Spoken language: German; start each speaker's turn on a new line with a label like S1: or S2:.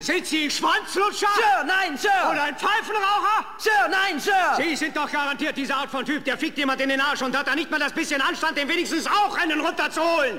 S1: Sind Sie Schwanzlutscher?
S2: Sir, nein, Sir!
S1: Oder ein Pfeifenraucher?
S2: Sir, nein, Sir!
S1: Sie sind doch garantiert diese Art von Typ, der fickt jemand in den Arsch und hat dann nicht mal das bisschen Anstand, dem wenigstens auch einen runterzuholen.